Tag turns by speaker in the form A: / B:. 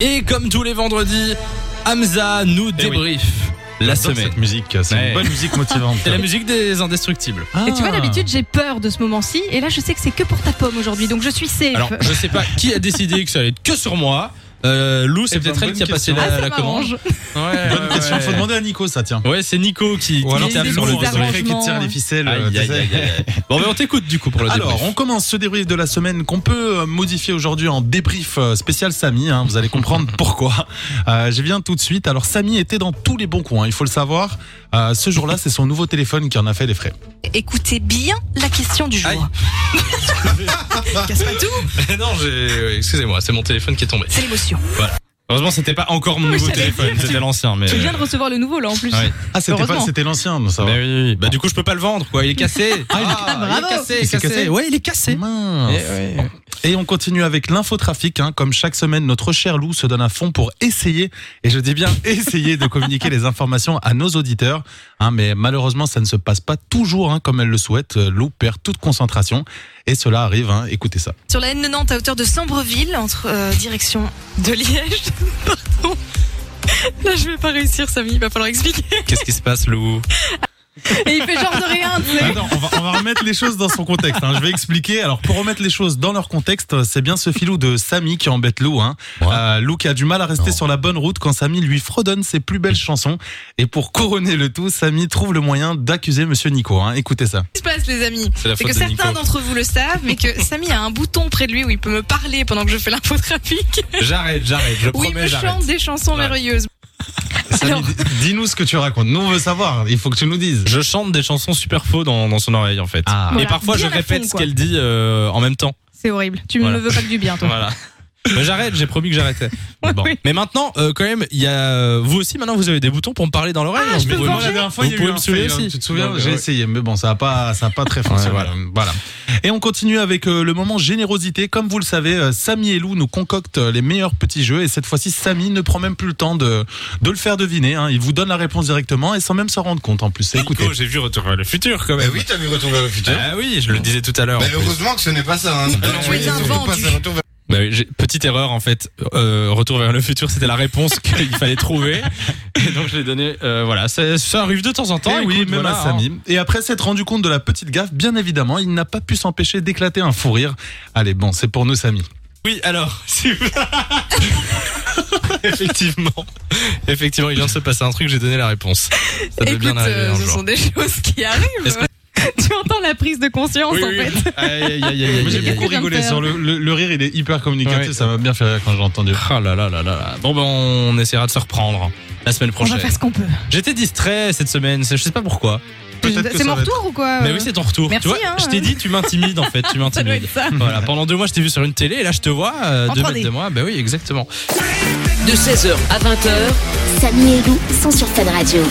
A: Et comme tous les vendredis, Hamza nous débrief la
B: J'adore
A: semaine.
B: cette musique, c'est
A: Ouais.
B: une bonne musique motivante. Ah.
A: C'est la musique des indestructibles.
C: Et tu vois,
A: Ah.
C: d'habitude, j'ai peur de ce moment-ci. Et là, je sais que c'est que pour ta pomme aujourd'hui. Donc, je suis safe.
A: Alors, je sais pas qui a décidé que ça allait être que sur moi. Euh, Lou, c'est
B: Eh ben,
A: peut-être elle
B: bonne
A: qui a passé
B: question.
A: la,
C: ah, ça
A: la commande.
C: m'arrange.
A: Ouais, ouais,
B: Bonne question,
A: ouais.
B: faut demander à Nico, ça tient.
A: Ouais, c'est Nico qui,
B: Ou
A: qui
B: alors
C: les-
B: t'as
A: tape
C: les
A: sur le
B: Florent
A: débrief.
B: Desbray qui
C: arrangements.
B: tire les ficelles. euh,
A: Aïe, aïe,
B: tu sais.
A: aïe, aïe, aïe. Bon, mais on t'écoute du coup pour le débrief.
B: Alors, on commence ce débrief de la semaine qu'on peut euh, modifier aujourd'hui en débrief euh, spécial Samy. hein, vous allez comprendre pourquoi. Euh, je viens tout de suite. Alors, Samy était dans tous les bons coins, il faut le savoir. Euh, ce jour-là, c'est son nouveau téléphone qui en a fait les frais.
D: Écoutez bien la question du jour.
A: Aïe.
D: Casse pas tout,
A: non, j'ai- excusez-moi, c'est mon téléphone qui est tombé.
D: c'est l'émotion.
A: Heureusement, c'était pas encore mon
C: Oui,
A: nouveau
C: j'allais
A: téléphone, c'était l'ancien. Mais...
C: Tu viens de recevoir le nouveau, là, en plus.
A: Ouais.
B: Ah, c'était pas,
C: Heureusement.
B: c'était l'ancien, ça va.
A: Mais oui, oui. Bah, du coup, je peux pas le vendre, quoi. Il est cassé. Ah, il est
C: bravo.
A: cassé,
B: Il s'est
A: cassé.
B: cassé
A: Ouais, il est cassé.
B: Mince.
A: Eh, ouais.
B: Et on continue avec l'infotrafic. Hein. Comme chaque semaine, notre cher Lou se donne à fond pour essayer, et je dis bien essayer, de communiquer les informations à nos auditeurs. Hein, mais malheureusement, ça ne se passe pas toujours hein, comme elle le souhaite. Euh, Lou perd toute concentration, et cela arrive. Hein. Écoutez ça.
D: Sur la N90 à hauteur de Sambreville, entre euh, direction de Liège. Pardon. Là, je vais pas réussir, Samy, il va falloir expliquer.
A: Qu'est-ce qui se passe, Lou
C: Et il fait genre de rien, tu sais.
B: Ah on, va, on va remettre les choses dans son contexte. hein. Je vais expliquer. Alors, pour remettre les choses dans leur contexte, c'est bien ce filou de Samy qui embête Lou. Hein.
A: Ouais.
B: Euh, Lou qui a du mal à rester
A: Non.
B: sur la bonne route quand Samy lui fredonne ses plus belles chansons. Et pour couronner le tout, Samy trouve le moyen d'accuser Monsieur Nico. Hein. Écoutez ça.
D: Qu'est-ce qui se passe, les amis
A: C'est la
D: C'est
A: faute
D: que
A: de Nico.
D: certains d'entre vous le savent, mais que Samy a un bouton près de lui où il peut me parler pendant que je fais l'infotrafic,
A: J'arrête, j'arrête, je
D: où il me
A: promets, j'arrête.
D: chante des chansons
A: J'arrête.
D: merveilleuses.
B: Samy,
D: Alors-
B: di- dis-nous ce que tu racontes. Nous, on veut savoir. Il faut que tu nous dises.
A: Je chante des chansons super faux dans, dans son oreille en fait.
B: Ah.
A: Et
C: Voilà,
A: parfois je
C: bien à
A: répète
C: fond,
A: ce
C: quoi.
A: qu'elle dit euh, en même temps.
C: C'est horrible. Tu ne
A: Voilà.
C: me veux pas que du bien, toi.
A: Voilà. Mais j'arrête, j'ai promis que j'arrêtais.
C: Ouais,
A: Bon.
C: oui.
A: Mais maintenant, euh, quand même, il y a euh, vous aussi. Maintenant, vous avez des boutons pour me parler dans l'oreille. hein,
C: Ah, je
A: Vous
C: peux
A: pouvez
C: me
A: me-
C: venger
A: vous pouvez me saouler
B: fail, hein.
A: aussi.
B: Tu te souviens
A: Donc,
B: J'ai
A: euh,
B: essayé, mais bon, ça n'a pas, ça a pas très fonctionné.
A: Ouais, voilà.
B: Voilà. Et on continue avec euh, le moment générosité. Comme vous le savez, euh, Samy et Lou nous concoctent euh, les meilleurs petits jeux. Et cette fois-ci, Samy ne prend même plus le temps de, de le faire deviner. hein. Il vous donne la réponse directement et sans même s'en rendre compte en plus. Écoutez.
A: Nico, Oh, j'ai vu Retour vers le futur quand
E: Bah
A: même.
E: oui, t'as vu Retour vers le futur.
A: Ah oui, je le disais tout à l'heure.
E: Bah
A: en plus.
E: heureusement que ce n'est pas ça. Hein.
D: Nicolas,
E: Non,
D: tu es
E: surtout
D: invendu.
E: pas ça, Retour vers-
A: Bah oui, j'ai- petite erreur en fait. Euh, retour vers le futur, c'était la réponse qu'il fallait trouver. Et donc je l'ai donné. euh, voilà, ça, ça arrive de temps en temps.
B: Eh oui,
A: écoute,
B: même
A: voilà,
B: à
A: hein.
B: Samy. Et après s'être rendu compte de la petite gaffe, bien évidemment, il n'a pas pu s'empêcher d'éclater un fou rire. Allez, bon, c'est pour nous, Samy.
A: Oui, alors, si vous- effectivement, effectivement, il vient de se passer un truc, j'ai donné la réponse. Ça peut bien
D: Écoute,
A: arriver
D: euh,
A: un
D: ce
A: jour.
D: sont des choses qui
A: Est-ce
D: arrivent.
A: que-
C: Tu entends la prise de conscience,
A: Oui,
C: en
A: oui.
C: fait.
A: Aïe, aïe, aïe, aïe,
B: Moi,
A: aïe,
B: J'ai
A: aïe,
B: beaucoup
C: Rien
A: aïe.
C: de
B: rigolé
C: faire.
B: sur le, le- le rire, il est hyper communicatif,
A: Ouais.
B: ça m'a bien fait rire quand j'ai entendu.
A: Ah là là là là là. Bon ben on essaiera de se reprendre la semaine
C: On va
A: prochaine.
C: faire ce qu'on peut.
A: J'étais distrait cette semaine, c'est- je sais pas pourquoi.
B: Peut-être que
C: C'est
B: ça
C: mon
B: va être-
C: retour ou quoi euh,
A: Mais oui, c'est ton retour.
C: Ah Merci,
A: tu vois,
C: hein.
A: je t'ai dit tu m'intimides en fait, tu
C: Ça doit
A: m'intimides.
C: être ça.
A: Voilà, pendant deux mois je t'ai vu sur une télé et là je te vois euh,
C: En
A: deux
C: 3D.
A: mètres de moi. Ben oui, exactement.
F: de 16h à 20h.
G: Samy et Lou sont sur Fun Radio.